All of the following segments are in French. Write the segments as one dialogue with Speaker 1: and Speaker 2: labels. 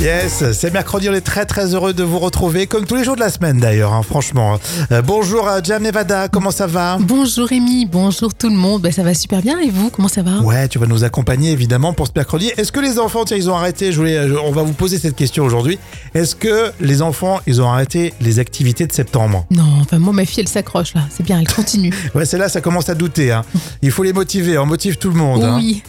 Speaker 1: Yes, c'est mercredi, on est très très heureux de vous retrouver, comme tous les jours de la semaine d'ailleurs, hein, franchement. Euh, bonjour à Jam Nevada, comment ça va
Speaker 2: Bonjour Rémi, bonjour tout le monde. Ben, ça va super bien et vous, comment ça va
Speaker 1: Ouais, tu vas nous accompagner évidemment pour ce mercredi. Est-ce que les enfants, tiens, ils ont arrêté, je voulais, je- on va vous poser cette question aujourd'hui. Est-ce que les enfants, ils ont arrêté les activités de septembre
Speaker 2: Non, enfin moi ma fille elle s'accroche là, c'est bien, elle continue.
Speaker 1: Ouais, c'est là, ça commence à douter. hein. Il faut les motiver, on motive tout le monde. hein.
Speaker 2: oui,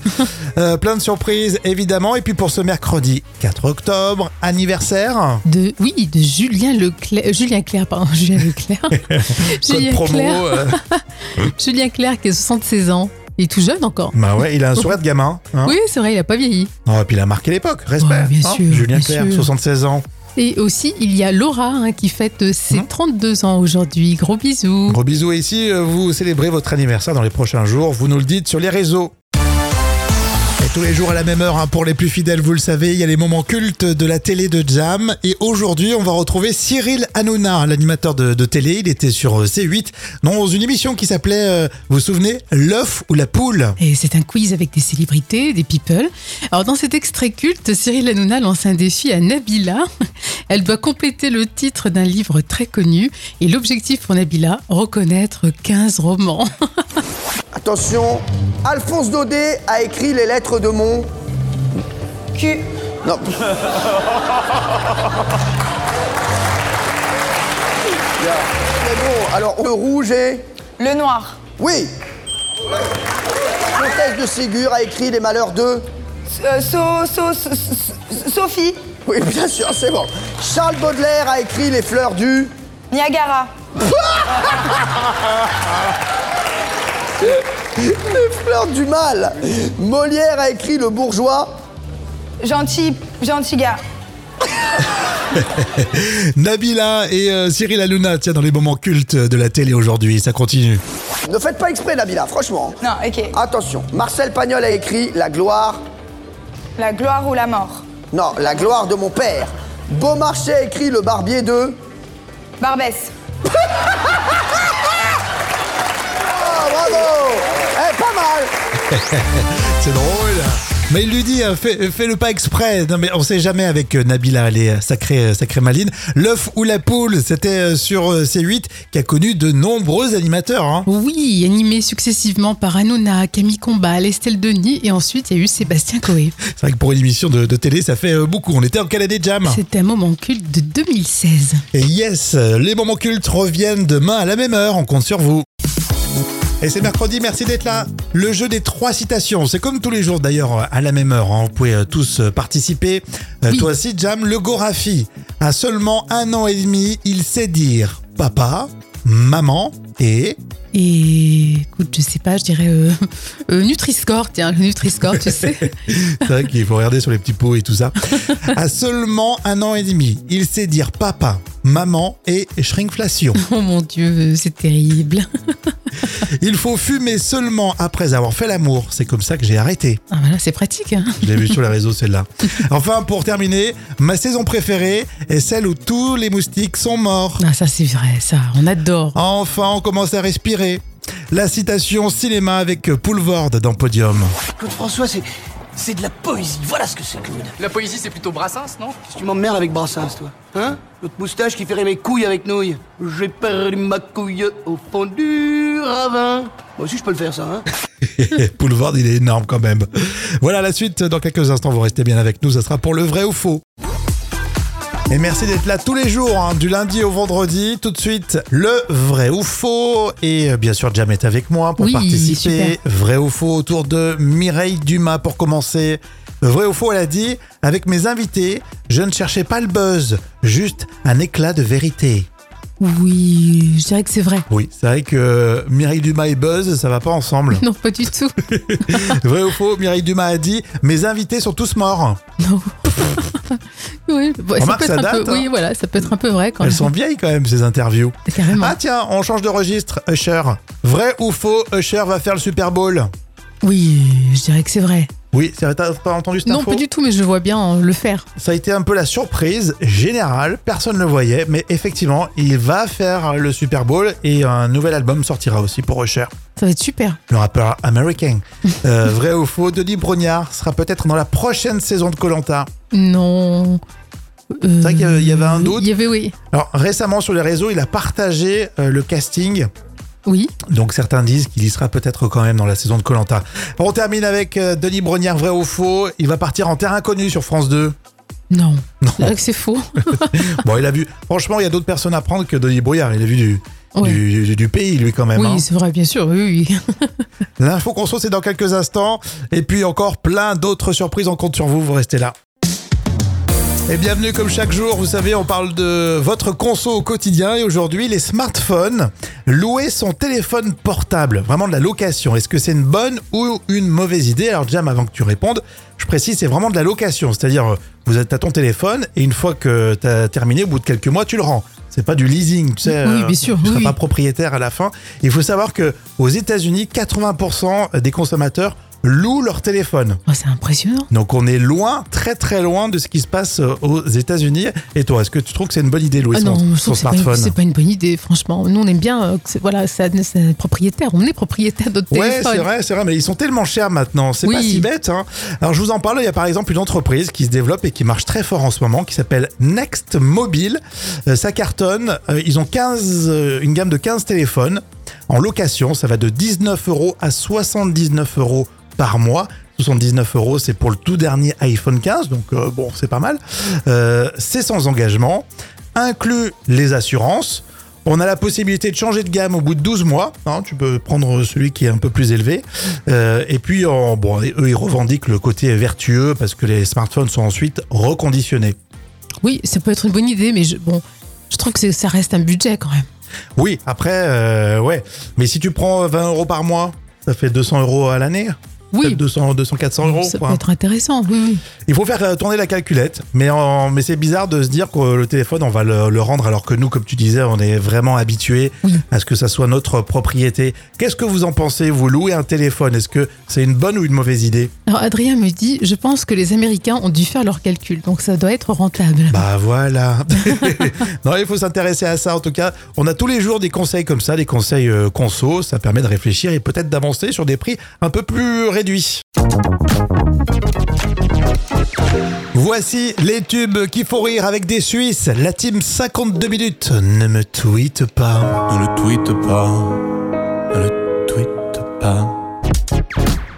Speaker 1: Euh, plein de surprises évidemment. Et puis pour ce mercredi 4 octobre, anniversaire,
Speaker 2: de oui de Julien Leclerc, euh, Julien Clerc pardon, Julien Leclerc,
Speaker 1: code
Speaker 2: Julien
Speaker 1: promo.
Speaker 2: Clerc,
Speaker 1: euh,
Speaker 2: Julien Clerc qui a 76 ans, il est tout jeune encore.
Speaker 1: Bah ouais, il a un sourire de gamin. hein.
Speaker 2: Oui, c'est vrai, il a pas vieilli.
Speaker 1: Oh, et puis il a marqué l'époque, respect. hein.
Speaker 2: Ouais, bien sûr,
Speaker 1: Julien
Speaker 2: bien
Speaker 1: Clerc,
Speaker 2: sûr.
Speaker 1: 76 ans.
Speaker 2: Et aussi il y a Laura hein, qui fête euh, ses
Speaker 1: Mhm.
Speaker 2: 32 ans aujourd'hui. Gros bisous.
Speaker 1: Gros bisous. Et si euh, vous célébrez votre anniversaire dans les prochains jours, vous nous le dites sur les réseaux. Et tous les jours à la même heure, hein, pour les plus fidèles, vous le savez, il y a les moments cultes de la télé de Jam. Et aujourd'hui, on va retrouver Cyril Hanouna, l'animateur de, de télé. Il était sur euh, C8, dans une émission qui s'appelait, euh, vous vous souvenez, L'œuf ou la poule
Speaker 2: Et c'est un quiz avec des célébrités, des people. Alors dans cet extrait culte, Cyril Hanouna lance un défi à Nabila. Elle doit compléter le titre d'un livre très connu. Et l'objectif pour Nabila, reconnaître 15 romans.
Speaker 3: Attention, Alphonse Daudet a écrit les lettres de mon cul. Non. Bien. Mais bon, alors le rouge et
Speaker 4: Le noir.
Speaker 3: oui. Comtesse de Ségur a écrit les malheurs de
Speaker 4: Euh, so, so, so- so- Sophie.
Speaker 3: oui, bien sûr, c'est bon. Charles Baudelaire a écrit les fleurs du
Speaker 4: Niagara.
Speaker 3: les fleurs du mal. Molière a écrit le bourgeois.
Speaker 4: Gentil, gentil gars.
Speaker 1: Nabila et euh, Cyril Hanouna, tiens, dans les moments cultes de la télé aujourd'hui, ça continue.
Speaker 3: Ne faites pas exprès, Nabila, franchement.
Speaker 4: Non, ok.
Speaker 3: Attention, Marcel Pagnol a écrit la gloire
Speaker 4: La gloire ou la mort.
Speaker 3: Non, la gloire de mon père. Beaumarchais a écrit le barbier de.
Speaker 4: Barbès.
Speaker 3: Ah, bravo Eh, pas mal
Speaker 1: C'est drôle. Mais il lui dit, euh, fais, euh, fais le pas exprès. Non, mais on sait jamais avec euh, Nabila, elle est euh, sacrée, euh, sacrée maline. L'œuf ou la poule, c'était euh, sur euh, C8 qui a connu de nombreux animateurs. hein.
Speaker 2: Oui, animé successivement par Hanouna, Camille Combal, Estelle Denis et ensuite il y a eu Sébastien Coé.
Speaker 1: C'est vrai que pour une émission de, de télé, ça fait euh, beaucoup. On était en Canada Jam.
Speaker 2: C'est un moment culte de 2016.
Speaker 1: Et yes, euh, les moments cultes reviennent demain à la même heure. On compte sur vous. Et c'est mercredi, merci d'être là. Le jeu des trois citations, c'est comme tous les jours d'ailleurs euh, à la même heure. hein. Vous pouvez euh, tous euh, participer. Euh,
Speaker 2: Oui.
Speaker 1: Toi aussi, Jam, le Gorafi. À seulement un an et demi, il sait dire papa, maman et...
Speaker 2: Et écoute, je sais pas, je dirais euh, euh, Nutri-Score, tiens, le Nutri-Score, tu sais.
Speaker 1: C'est vrai qu'il faut regarder sur les petits pots et tout ça. À seulement un an et demi, il sait dire papa, maman et shrinkflation.
Speaker 2: Oh mon dieu, c'est terrible.
Speaker 1: Il faut fumer seulement après avoir fait l'amour. C'est comme ça que j'ai arrêté.
Speaker 2: Ah voilà, c'est pratique. hein.
Speaker 1: Je l'ai vu sur les réseaux, celle-là. Enfin, pour terminer, ma saison préférée est celle où tous les moustiques sont morts.
Speaker 2: Ah, ça c'est vrai, ça, on adore.
Speaker 1: Enfin, on commence à respirer. La citation cinéma avec Poulvord dans Podium.
Speaker 5: Claude François, c'est. C'est de la poésie, voilà ce que c'est, Claude.
Speaker 6: La poésie, c'est plutôt Brassens, non
Speaker 5: Si tu m'emmerdes avec Brassens, toi. Hein L'autre moustache qui ferait mes couilles avec nouilles. J'ai perdu ma couille au fond du ravin. Moi aussi, je peux le faire, ça, hein.
Speaker 1: Poulvord, il est énorme quand même. Voilà la suite dans quelques instants. Vous restez bien avec nous. Ça sera pour le vrai ou faux. Et merci d'être là tous les jours, hein, du lundi au vendredi. Tout de suite, le vrai ou faux. Et euh, bien sûr, Jam est avec moi pour
Speaker 2: Oui,
Speaker 1: participer.
Speaker 2: super.
Speaker 1: Vrai ou faux autour de Mireille Dumas pour commencer. Vrai ou faux, elle a dit Avec mes invités, je ne cherchais pas le buzz, juste un éclat de vérité.
Speaker 2: Oui, je dirais que c'est vrai.
Speaker 1: Oui, c'est vrai que euh, Mireille Dumas et buzz, ça va pas ensemble.
Speaker 2: Non, pas du tout.
Speaker 1: Vrai ou faux, Mireille Dumas a dit Mes invités sont tous morts.
Speaker 2: Non. oui, bon, ça
Speaker 1: Remarque,
Speaker 2: peut être
Speaker 1: ça
Speaker 2: un peu.
Speaker 1: date, hein.
Speaker 2: Oui, voilà, ça peut être un peu vrai quand
Speaker 1: Elles
Speaker 2: même.
Speaker 1: sont vieilles quand même, ces interviews.
Speaker 2: Carrément.
Speaker 1: Ah tiens, on change de registre, Usher. Vrai ou faux, Usher va faire le Super Bowl
Speaker 2: Oui, je dirais que c'est vrai.
Speaker 1: Oui, c'est vrai, t'as pas entendu cette
Speaker 2: Non,
Speaker 1: info
Speaker 2: pas du tout, mais je vois bien hein, le faire.
Speaker 1: Ça a été un peu la surprise générale, personne ne le voyait, mais effectivement, il va faire le Super Bowl et un nouvel album sortira aussi pour Usher,
Speaker 2: Ça va être super.
Speaker 1: le rappeur américain. Euh, vrai ou faux, Denis Brognard sera peut-être dans la prochaine saison de Colanta.
Speaker 2: Non. Euh,
Speaker 1: C'est vrai qu'il y avait un doute.
Speaker 2: Mm. Il y avait, oui.
Speaker 1: Alors récemment sur les réseaux, il a partagé euh, le casting.
Speaker 2: Oui.
Speaker 1: Donc certains disent qu'il y sera peut-être quand même dans la saison de Colanta. On termine avec euh, Denis Brognard, vrai ou faux. Il va partir en terre inconnue sur France 2.
Speaker 2: Non.
Speaker 1: Non.
Speaker 2: C'est vrai que c'est faux.
Speaker 1: Bon, il a vu. Franchement, il y a d'autres personnes à prendre que Denis Brognard. Il a vu du,
Speaker 2: Ouais.
Speaker 1: du, du- du pays, lui, quand même. hein.
Speaker 2: Oui, c'est vrai, bien sûr. Oui, oui.
Speaker 1: L'info conso, c'est dans quelques instants. Et puis encore plein d'autres surprises. On compte sur vous. Vous restez là. Et bienvenue comme chaque jour, vous savez, on parle de votre conso au quotidien et aujourd'hui les smartphones. Louer son téléphone portable, vraiment de la location, est-ce que c'est une bonne ou une mauvaise idée Alors Jam, avant que tu répondes, je précise, c'est vraiment de la location, c'est-à-dire euh, vous êtes à ton téléphone et une fois que tu as terminé, au bout de quelques mois, tu le rends. C'est pas du leasing, tu sais,
Speaker 2: Oui,
Speaker 1: euh,
Speaker 2: bien sûr,
Speaker 1: tu
Speaker 2: oui,
Speaker 1: seras
Speaker 2: oui.
Speaker 1: pas propriétaire à la fin. Il faut savoir que aux États-Unis, 80% des consommateurs louent leur téléphone.
Speaker 2: Oh, c'est impressionnant.
Speaker 1: Donc on est loin, très très loin de ce qui se passe euh, aux États-Unis. Et toi, est-ce que tu trouves que c'est une bonne idée de louer son,
Speaker 2: Ah non, je
Speaker 1: son
Speaker 2: trouve que c'est pas une-
Speaker 1: smartphone
Speaker 2: c'est pas, une bonne idée, franchement. Nous, on aime bien, euh, que c'est- voilà, ça, c'est propriétaire. On est propriétaire de notre
Speaker 1: Ouais,
Speaker 2: téléphone.
Speaker 1: c'est vrai, c'est vrai, mais ils sont tellement chers maintenant, c'est pas
Speaker 2: Oui.
Speaker 1: si bête. hein. Alors je vous en parle, il y a par exemple une entreprise qui se développe et qui marche très fort en ce moment, qui s'appelle Next Mobile. Euh, ça cartonne, Euh, ils ont 15, euh, une gamme de 15 téléphones en location, ça va de 19 euros à 79 euros par mois. 79 euros, c'est pour le tout dernier iPhone 15, donc euh, bon, c'est pas mal. Euh, c'est sans engagement, inclut les assurances. On a la possibilité de changer de gamme au bout de 12 mois. hein, tu peux prendre celui qui est un peu plus élevé. Euh, et puis, en- bon, eux, ils revendiquent le côté vertueux parce que les smartphones sont ensuite reconditionnés.
Speaker 2: Oui, ça peut être une bonne idée, mais je, bon, je trouve que c'est- ça reste un budget quand même.
Speaker 1: Oui, après, euh, ouais. Mais si tu prends 20 euros par mois, ça fait 200 euros à l'année
Speaker 2: Oui,
Speaker 1: Peut-être 200, 200, 400 euros.
Speaker 2: ça peut
Speaker 1: quoi.
Speaker 2: être intéressant. Oui, oui.
Speaker 1: Il faut faire euh, tourner la calculette, mais, en- mais c'est bizarre de se dire que euh, le téléphone, on va le, le rendre alors que nous, comme tu disais, on est vraiment habitué
Speaker 2: Oui.
Speaker 1: à ce que ça soit notre propriété. Qu'est-ce que vous en pensez Vous louez un téléphone, est-ce que c'est une bonne ou une mauvaise idée
Speaker 2: Alors, Adrien me dit, je pense que les Américains ont dû faire leurs calculs, donc ça doit être rentable.
Speaker 1: Bah voilà Non, il faut s'intéresser à ça en tout cas. On a tous les jours des conseils comme ça, des conseils euh, conso, ça permet de réfléchir et peut-être d'avancer sur des prix un peu plus réduits. Voici les tubes qui font rire avec des Suisses. La team 52 minutes. Ne me tweete pas.
Speaker 7: Ne le tweete pas, ne le tweete pas.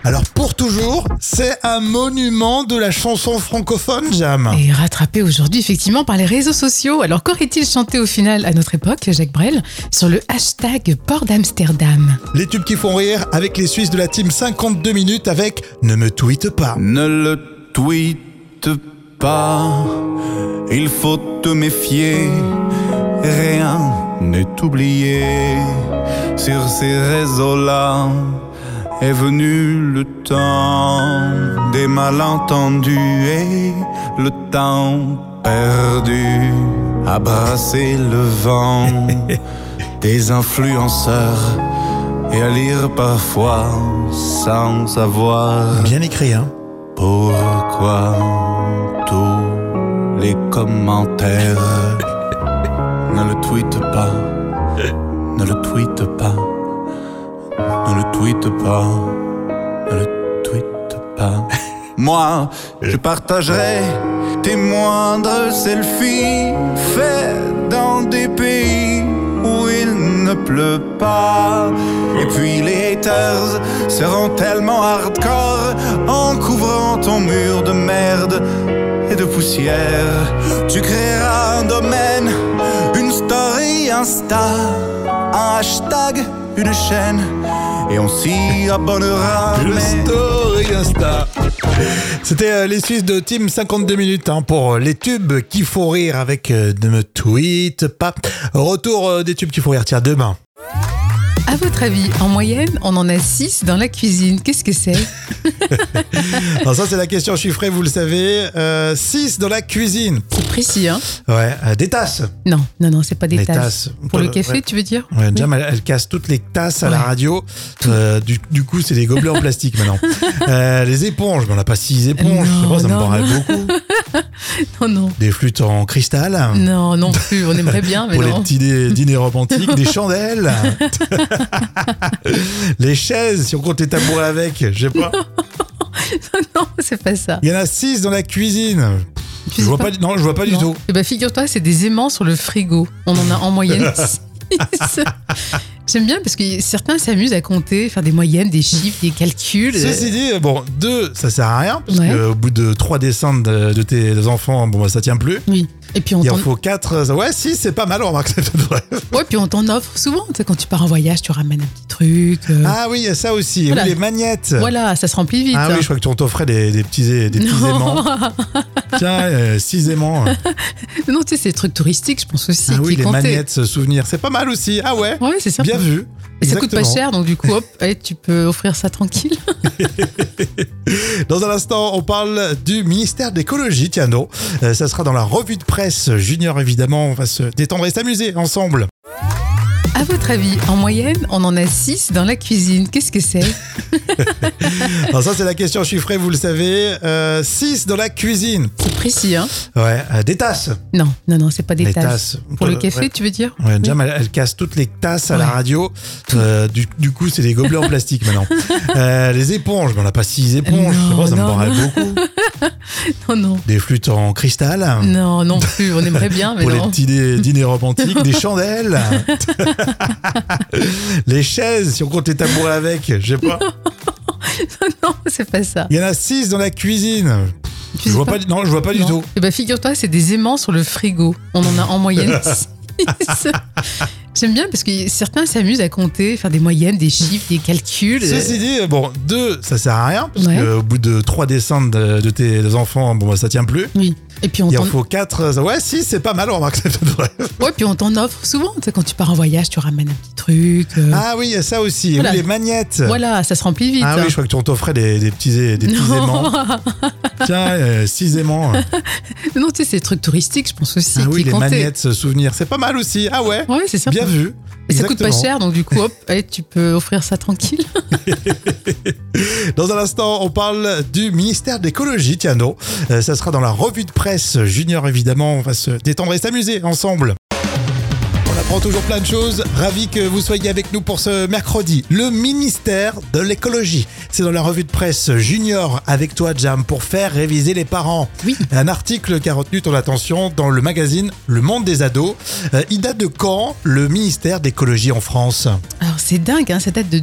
Speaker 1: Alors pour toujours, c'est un monument de la chanson francophone, Jam.
Speaker 2: Et rattrapé aujourd'hui effectivement par les réseaux sociaux. Alors qu'aurait-il chanté au final à notre époque, Jacques Brel, sur le hashtag Port d'Amsterdam
Speaker 1: Les tubes qui font rire avec les Suisses de la team 52 minutes avec Ne me tweete pas.
Speaker 7: Ne le tweete pas, il faut te méfier, rien n'est oublié. Sur ces réseaux-là est venu le temps des malentendus et le temps perdu à brasser le vent des influenceurs et à lire parfois sans savoir.
Speaker 1: Bien écrit, hein
Speaker 7: Pourquoi tous les commentaires Ne le tweete pas, ne le tweete pas, ne le tweete pas, ne le tweete pas. Moi, je partagerai tes moindres selfies faits dans des pays où il ne pleut pas. Et puis les haters seront tellement hardcore en couvrant ton mur de merde et de poussière. Tu créeras un domaine, une story Insta, un hashtag, une chaîne. Et on s'y abonnera. mais-
Speaker 1: story Insta. C'était euh, les Suisses de Team 52 minutes hein, pour euh, les tubes qui font rire avec euh, Ne me tweet pas. Retour euh, des tubes qui font rire, tiens, demain.
Speaker 2: À votre avis, en moyenne, on en a 6 dans la cuisine. Qu'est-ce que c'est
Speaker 1: Alors ça, c'est la question chiffrée, vous le savez. 6 dans la cuisine.
Speaker 2: C'est précis, hein
Speaker 1: Ouais, euh, des tasses.
Speaker 2: Non, non, non, c'est pas des
Speaker 1: Les
Speaker 2: tasses.
Speaker 1: tasses.
Speaker 2: Pour le café,
Speaker 1: Ouais.
Speaker 2: tu veux dire
Speaker 1: Ouais, Jam, elle, elle casse toutes les tasses à la
Speaker 2: Ouais.
Speaker 1: radio. Euh, du, du coup, c'est des gobelets en plastique maintenant. Euh, les éponges, mais on n'a pas six éponges. Je sais pas, ça me
Speaker 2: Non,
Speaker 1: paraît beaucoup.
Speaker 2: Non, non.
Speaker 1: Des flûtes en cristal.
Speaker 2: Non, non plus, on aimerait bien, mais
Speaker 1: pour les
Speaker 2: non.
Speaker 1: petits dé- dîners romantiques, des chandelles, les chaises, si on compte les tabourets avec, je sais pas.
Speaker 2: non, c'est pas ça.
Speaker 1: Il y en a six dans la cuisine. Pff,
Speaker 2: Tu
Speaker 1: Je
Speaker 2: sais
Speaker 1: vois pas, non, je vois pas du
Speaker 2: Non.
Speaker 1: tout.
Speaker 2: Eh ben, figure-toi, c'est des aimants sur le frigo. On en a en moyenne six. J'aime bien parce que certains s'amusent à compter, faire des moyennes, des chiffres, des calculs.
Speaker 1: Ceci dit, bon, deux, ça sert à rien, parce
Speaker 2: Ouais.
Speaker 1: qu'au bout de trois descentes de, de tes enfants, bon, bah, ça tient plus.
Speaker 2: Oui. Et puis on
Speaker 1: Il en
Speaker 2: t'en
Speaker 1: faut quatre. euh, Ouais, si, c'est pas mal, on remarque. c'est vrai.
Speaker 2: ouais, puis on t'en offre souvent. Tu sais, quand tu pars en voyage, tu ramènes un petit truc. euh,
Speaker 1: Ah oui, il y a ça aussi.
Speaker 2: Voilà.
Speaker 1: Oui, les magnettes.
Speaker 2: Voilà, ça se remplit vite.
Speaker 1: Ah oui, je crois que tu t'offrais des, des petits, des petits aimants.
Speaker 2: non,
Speaker 1: Tiens, euh, six aimants.
Speaker 2: non tu sais, c'est des trucs touristiques, je pense aussi,
Speaker 1: Ah oui,
Speaker 2: qui
Speaker 1: les
Speaker 2: comptaient.
Speaker 1: magnettes, ce souvenir. C'est pas mal aussi. Ah ouais,
Speaker 2: Ouais, c'est ça.
Speaker 1: bien vu.
Speaker 2: Et ça coûte pas
Speaker 1: Exactement.
Speaker 2: cher, donc du coup, hop, allez, tu peux offrir ça tranquille.
Speaker 1: Dans un instant, on parle du ministère de l'écologie, tiens donc. Euh, ça sera dans la revue de presse junior, évidemment. On va se détendre et s'amuser ensemble.
Speaker 2: À votre avis, en moyenne, on en a 6 dans la cuisine. Qu'est-ce que c'est
Speaker 1: Alors ça, c'est la question chiffrée, vous le savez. 6 dans la cuisine.
Speaker 2: C'est précis, hein
Speaker 1: Ouais, euh, des tasses.
Speaker 2: Non, non, non, c'est pas des
Speaker 1: Les
Speaker 2: tasses.
Speaker 1: tasses.
Speaker 2: Pour le
Speaker 1: Ouais.
Speaker 2: café, tu veux dire
Speaker 1: Ouais, Jam, elle, elle casse toutes les tasses à la
Speaker 2: Ouais.
Speaker 1: radio. Euh, du, du coup, c'est des gobelets en plastique maintenant. Euh, les éponges, mais on n'a pas six éponges.
Speaker 2: Non,
Speaker 1: Je sais pas, ça me
Speaker 2: non,
Speaker 1: paraît beaucoup.
Speaker 2: Non, non.
Speaker 1: Des flûtes en cristal.
Speaker 2: Non, non plus, on aimerait bien, mais
Speaker 1: Pour les
Speaker 2: non.
Speaker 1: petits dé- dîners romantiques, des chandelles, les chaises, si on compte les tabourets avec, je sais pas.
Speaker 2: non, c'est pas ça.
Speaker 1: Il y en a six dans la cuisine.
Speaker 2: Tu
Speaker 1: Je
Speaker 2: sais
Speaker 1: vois pas, du- non, je vois pas du tout.
Speaker 2: Eh ben, figure-toi, c'est des aimants sur le frigo. On en a en moyenne 6. J'aime bien parce que certains s'amusent à compter, faire des moyennes, des chiffres, des calculs.
Speaker 1: Ceci dit, bon, deux, ça sert à rien, parce
Speaker 2: Ouais.
Speaker 1: qu'au bout de trois descentes de, de tes enfants, bon, bah, ça tient plus.
Speaker 2: Oui. Et puis on
Speaker 1: Il en
Speaker 2: t'en
Speaker 1: faut quatre. ça- Ouais, si, c'est pas mal, on remarque. c'est vrai.
Speaker 2: ouais, puis on t'en offre souvent. Tu sais, quand tu pars en voyage, tu ramènes un petit truc. euh,
Speaker 1: Ah oui, il y a ça aussi. Oui,
Speaker 2: Voilà.
Speaker 1: les magnettes.
Speaker 2: Voilà, ça se remplit vite. hein.
Speaker 1: Ah oui, je crois que tu t'offrais des, des petits, des petits aimants.
Speaker 2: non,
Speaker 1: Tiens, euh, six aimants.
Speaker 2: non, tu sais, c'est des trucs touristiques, je pense aussi,
Speaker 1: Ah oui,
Speaker 2: qui
Speaker 1: les
Speaker 2: comptaient.
Speaker 1: magnettes, ce souvenir. C'est pas mal aussi. Ah ouais,
Speaker 2: Ouais, c'est sympa.
Speaker 1: bien vu.
Speaker 2: Et ça coûte pas
Speaker 1: Exactement.
Speaker 2: cher, donc du coup, hop, allez, tu peux offrir ça tranquille.
Speaker 1: Dans un instant, on parle du ministère de l'écologie, tiens donc. Euh, ça sera dans la revue de presse junior, évidemment. On va se détendre et s'amuser ensemble. On apprend toujours plein de choses. Ravi que vous soyez avec nous pour ce mercredi. Le ministère de l'écologie. C'est dans la revue de presse junior avec toi, Jam, pour faire réviser les parents.
Speaker 2: Oui.
Speaker 1: Un article qui a retenu ton attention dans le magazine Le Monde des Ados. Euh, il date de quand le ministère d'écologie en France
Speaker 2: Alors c'est dingue, hein, ça date de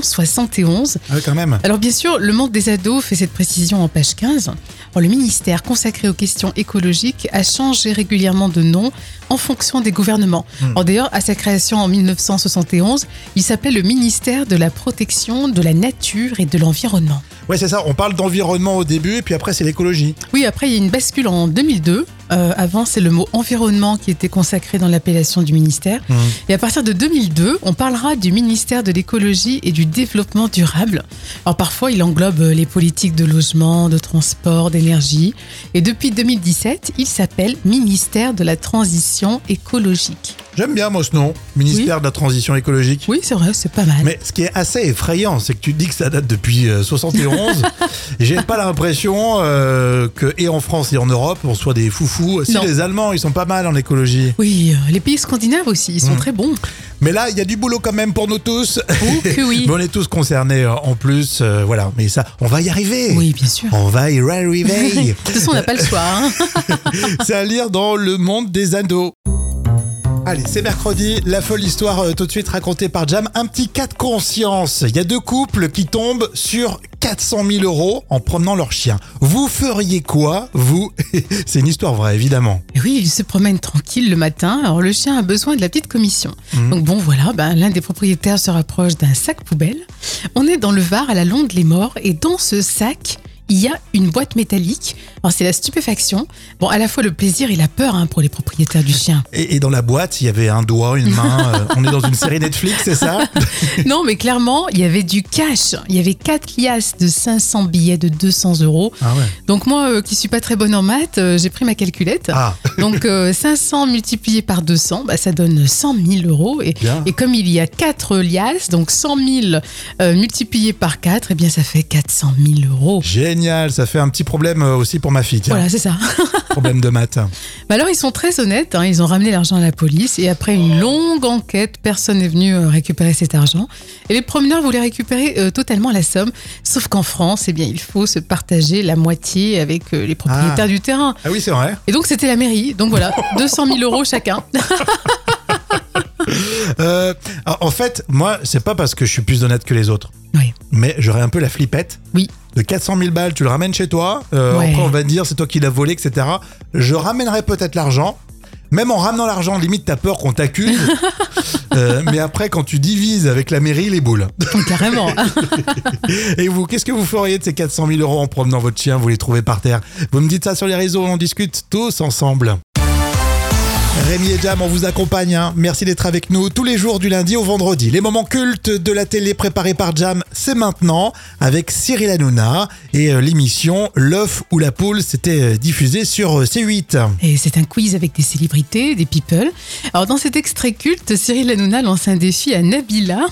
Speaker 2: 1971.
Speaker 1: Ah oui, quand même.
Speaker 2: Alors bien sûr, le monde des ados fait cette précision en page 15. Alors, le ministère consacré aux questions écologiques a changé régulièrement de nom en fonction des gouvernements. En D'ailleurs, à sa création en 1971, il s'appelait le ministère de la protection de la nature et de l'environnement.
Speaker 1: Ouais, c'est ça. On parle d'environnement au début et puis après, c'est l'écologie.
Speaker 2: Oui, après, il y a une bascule en 2002. Euh, avant, c'est le mot environnement qui était consacré dans l'appellation du ministère. Et à partir de 2002, on parlera du ministère de l'écologie et du développement durable. Alors parfois, il englobe euh, les politiques de logement, de transport, d'énergie. Et depuis 2017, il s'appelle ministère de la transition écologique.
Speaker 1: J'aime bien, moi, ce nom. Ministère de la Transition écologique.
Speaker 2: Oui, c'est vrai, c'est pas mal.
Speaker 1: Mais ce qui est assez effrayant, c'est que tu dis que ça date depuis euh, 71. J'ai pas l'impression euh, que, et en France et en Europe, on soit des foufous. Si
Speaker 2: Non.
Speaker 1: les Allemands, ils sont pas mal en écologie.
Speaker 2: Oui, euh, les pays scandinaves aussi, ils sont
Speaker 1: Mm.
Speaker 2: très bons.
Speaker 1: Mais là, il y a du boulot quand même pour nous tous.
Speaker 2: Oh que oui.
Speaker 1: Mais on est tous concernés euh, en plus. euh, voilà. Mais ça, on va y arriver.
Speaker 2: Oui, bien sûr.
Speaker 1: On va y arriver.
Speaker 2: De toute façon, on n'a pas le choix. hein.
Speaker 1: c'est à lire dans Le Monde des Ados. Allez, c'est mercredi, la folle histoire euh, tout de suite racontée par Jam. Un petit cas de conscience. Il y a deux couples qui tombent sur 400 000 euros en promenant leur chien. Vous feriez quoi, vous C'est une histoire vraie, évidemment.
Speaker 2: Et Oui, il se promène tranquille le matin. Alors le chien a besoin de la petite commission. Donc bon, voilà, ben, l'un des propriétaires se rapproche d'un sac poubelle. On est dans le Var à la Londe les Morts et dans ce sac, il y a une boîte métallique. Alors c'est la stupéfaction. Bon, à la fois le plaisir et la peur hein, pour les propriétaires du chien.
Speaker 1: Et, et dans la boîte, il y avait un doigt, une main. euh, on est dans une série Netflix, c'est ça
Speaker 2: non, mais clairement, il y avait du cash. Il y avait 4 liasses de 500 billets de 200 euros.
Speaker 1: Ah ouais.
Speaker 2: Donc moi, euh, qui suis pas très bonne en maths, euh, j'ai pris ma calculette.
Speaker 1: Ah,
Speaker 2: Donc euh, 500 multiplié par 200, bah, ça donne 100 000 euros. Et,
Speaker 1: Bien.
Speaker 2: et comme il y a 4 eh liasses, donc 100 000 euh, multiplié par 4, et bien ça fait 400 000 euros.
Speaker 1: génial. Ça fait un petit problème euh, aussi pour ma fille. Tiens,
Speaker 2: Voilà, c'est ça.
Speaker 1: problème de maths.
Speaker 2: Bah alors ils sont très honnêtes, hein, ils ont ramené l'argent à la police et après
Speaker 1: Oh.
Speaker 2: une longue enquête, personne n'est venu euh, récupérer cet argent. Et les promeneurs voulaient récupérer euh, totalement la somme, sauf qu'en France, eh bien, il faut se partager la moitié avec euh, les propriétaires
Speaker 1: Ah.
Speaker 2: du terrain.
Speaker 1: Ah oui, c'est vrai.
Speaker 2: Et donc c'était la mairie, donc voilà, 200 000 euros chacun.
Speaker 1: Euh, alors, en fait, moi, c'est pas parce que je suis plus honnête que les autres,
Speaker 2: Oui,
Speaker 1: mais j'aurais un peu la flippette.
Speaker 2: oui,
Speaker 1: De 400 000 balles, tu le ramènes chez toi. euh,
Speaker 2: Ouais.
Speaker 1: Après, on va te dire, c'est toi qui l'as volé, etc. Je ramènerai peut-être l'argent. Même en ramenant l'argent, limite, t'as peur qu'on t'accuse. Euh, mais après, quand tu divises avec la mairie, les boules.
Speaker 2: carrément.
Speaker 1: Et vous, qu'est-ce que vous feriez de ces 400 000 euros en promenant votre chien Vous les trouvez par terre. Vous me dites ça sur les réseaux, on en discute tous ensemble. Rémi et Jam, on vous accompagne. hein. Merci d'être avec nous tous les jours du lundi au vendredi. Les moments cultes de la télé préparés par Jam, c'est maintenant avec Cyril Hanouna et euh, l'émission L'œuf ou la poule, c'était euh, diffusé sur euh, C8.
Speaker 2: Et c'est un quiz avec des célébrités, des people. Alors dans cet extrait culte, Cyril Hanouna lance un défi à Nabila.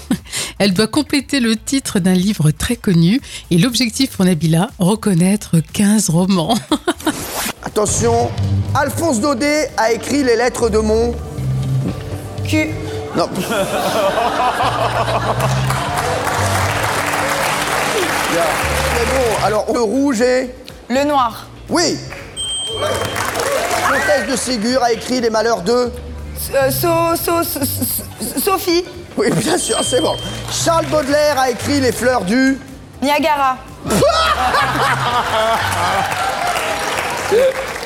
Speaker 2: Elle doit compléter le titre d'un livre très connu. Et l'objectif pour Nabila, reconnaître 15 romans.
Speaker 3: Attention, Alphonse Daudet a écrit les lettres de mon
Speaker 4: Q.
Speaker 3: Non. Mais bon, alors le rouge est.
Speaker 4: Le noir.
Speaker 3: Oui Comtesse de Ségur a écrit les malheurs de.
Speaker 4: Euh, so, so, so- so- Sophie.
Speaker 3: Oui, bien sûr, c'est bon. Charles Baudelaire a écrit les fleurs du.
Speaker 4: Niagara.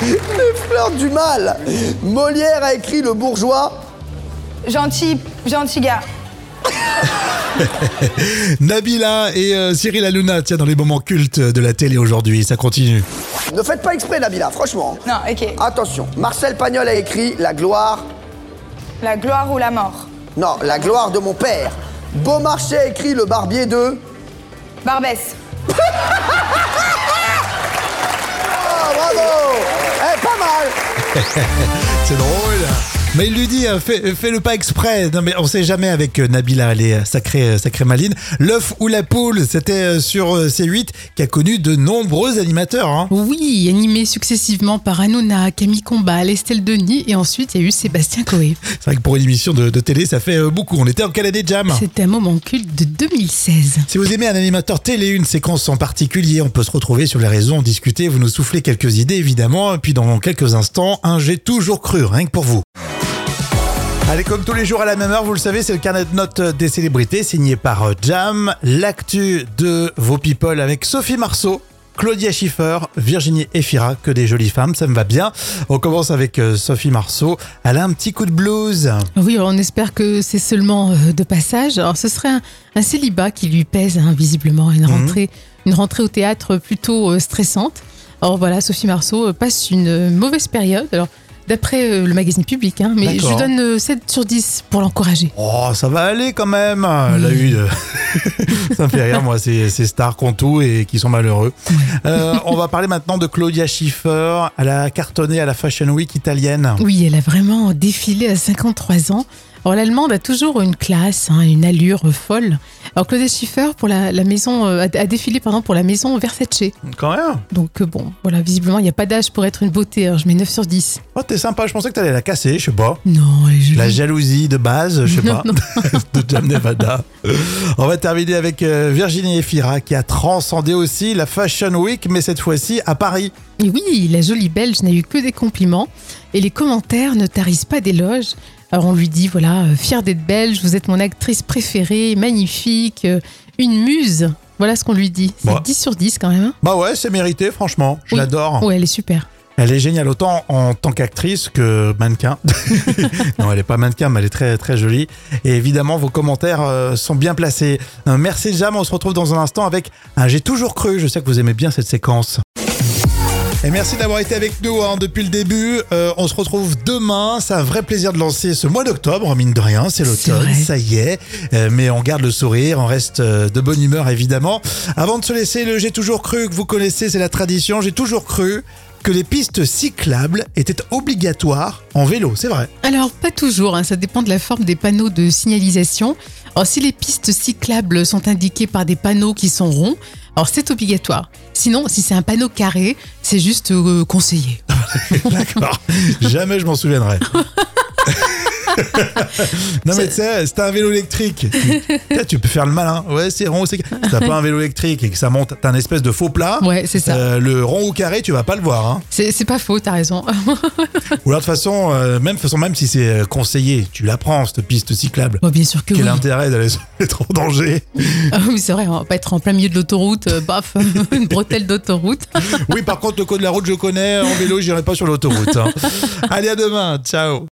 Speaker 3: Les fleurs du mal Molière a écrit le bourgeois.
Speaker 4: Gentil, gentil gars.
Speaker 1: Nabila et euh, Cyril Hanouna, tiens, dans les moments cultes de la télé aujourd'hui, ça continue.
Speaker 3: Ne faites pas exprès, Nabila, franchement. hein.
Speaker 4: Non, ok.
Speaker 3: Attention, Marcel Pagnol a écrit La gloire.
Speaker 4: La gloire ou la mort.
Speaker 3: Non, La gloire de mon père. Beaumarchais a écrit Le barbier de.
Speaker 4: Barbès.
Speaker 3: Ah, bravo Eh, pas mal
Speaker 1: C'est drôle. Mais il lui dit, euh, fais, fais le pas exprès. Non, mais on sait jamais avec euh, Nabila, elle est euh, sacrée, euh, sacrée maline. L'œuf ou la poule, c'était euh, sur euh, C8 qui a connu de nombreux animateurs. hein.
Speaker 2: Oui, animé successivement par Hanouna, Camille Combal, Estelle Denis et ensuite il y a eu Sébastien Coé.
Speaker 1: C'est vrai que pour une émission de, de télé, ça fait euh, beaucoup. On était en Canada Jam.
Speaker 2: C'est un moment culte de 2016.
Speaker 1: Si vous aimez un animateur télé, une séquence en particulier, on peut se retrouver sur les réseaux, en discuter, vous nous soufflez quelques idées évidemment, et puis dans quelques instants, un j'ai toujours cru, rien que pour vous. Allez, comme tous les jours à la même heure, vous le savez, c'est le carnet de notes des célébrités signé par euh, Jam, l'actu de vos people avec Sophie Marceau. Claudia Schiffer, Virginie Efira, que des jolies femmes, ça me va bien. On commence avec euh, Sophie Marceau. Elle a un petit coup de blues.
Speaker 2: Oui, on espère que c'est seulement euh, de passage. Alors, ce serait un, un célibat qui lui pèse, hein, visiblement, une rentrée, une rentrée au théâtre plutôt euh, stressante. Alors voilà, Sophie Marceau euh, passe une euh, mauvaise période. Alors, d'après euh, le magazine public, hein, mais je lui
Speaker 1: D'accord.
Speaker 2: donne euh, 7 sur 10 pour l'encourager.
Speaker 1: Oh, ça va aller quand même. Elle a eu. de- ça me fait rire, moi, ces, ces stars qui ont tout et qui sont malheureux. Euh, on va parler maintenant de Claudia Schiffer. Elle a cartonné à la Fashion Week italienne.
Speaker 2: Oui, elle a vraiment défilé à 53 ans. Alors, l'Allemande a toujours une classe, hein, une allure euh, folle. Alors, Claudia Schiffer pour la, la maison, euh, a, a défilé pardon, pour la maison Versace.
Speaker 1: Quand même.
Speaker 2: Donc, euh, bon, voilà, visiblement, il n'y a pas d'âge pour être une beauté. Alors, je mets 9 sur 10.
Speaker 1: Oh, t'es sympa. Je pensais que t'allais la casser, je sais pas.
Speaker 2: Non, elle est
Speaker 1: La
Speaker 2: jolie.
Speaker 1: jalousie de base, je sais
Speaker 2: Non,
Speaker 1: pas. de Jam Nevada. On va terminer avec euh, Virginie Efira qui a transcendé aussi la Fashion Week, mais cette fois-ci à Paris.
Speaker 2: Et oui, la jolie Belge n'a eu que des compliments et les commentaires ne tarissent pas d'éloges. Alors on lui dit voilà, euh, fière d'être belge, vous êtes mon actrice préférée, magnifique, euh, une muse. Voilà ce qu'on lui dit. C'est
Speaker 1: Bon.
Speaker 2: 10 sur 10 quand même. hein.
Speaker 1: Bah ouais, c'est mérité, franchement. Je
Speaker 2: Oui.
Speaker 1: l'adore.
Speaker 2: Ouais, elle est super.
Speaker 1: Elle est géniale autant en tant qu'actrice que mannequin. non, elle est pas mannequin, mais elle est très très jolie. Et évidemment, vos commentaires euh, sont bien placés. Euh, merci Jam, on se retrouve dans un instant avec un J'ai toujours cru. Je sais que vous aimez bien cette séquence. Et merci d'avoir été avec nous hein, depuis le début. Euh, on se retrouve demain. C'est un vrai plaisir de lancer ce mois d'octobre, mine de rien. C'est
Speaker 2: C'est
Speaker 1: l'automne,
Speaker 2: vrai.
Speaker 1: ça y est. Euh, mais on garde le sourire, on reste euh, de bonne humeur évidemment. Avant de se laisser, le J'ai toujours cru que vous connaissez, c'est la tradition. J'ai toujours cru que les pistes cyclables étaient obligatoires en vélo, c'est vrai.
Speaker 2: Alors pas toujours, hein, ça dépend de la forme des panneaux de signalisation. Alors si les pistes cyclables sont indiquées par des panneaux qui sont ronds, alors c'est obligatoire. Sinon, si c'est un panneau carré, c'est juste euh, conseillé.
Speaker 1: D'accord. Jamais je m'en souviendrai. non mais tu sais, c'est un vélo électrique. Tu- tu sais, tu peux faire le malin. Ouais, c'est rond, c'est. Si t'as pas un vélo électrique et que ça monte, t'as un espèce de faux plat.
Speaker 2: Ouais, c'est ça.
Speaker 1: euh, le rond ou carré, tu vas pas le voir. Hein.
Speaker 2: C'est c'est pas faux, t'as raison.
Speaker 1: Ou alors de toute façon, euh, même façon, même si c'est euh, conseillé, tu la prends cette piste cyclable.
Speaker 2: Bon, bien sûr que
Speaker 1: Quel
Speaker 2: oui.
Speaker 1: intérêt d'aller se mettre en danger
Speaker 2: Ah oui, c'est vrai, on va pas être en plein milieu de l'autoroute, euh, baf, une bretelle d'autoroute.
Speaker 1: Oui, par contre, le code de la route, je connais. En vélo, j'irai pas sur l'autoroute. hein. Allez, à demain. Ciao.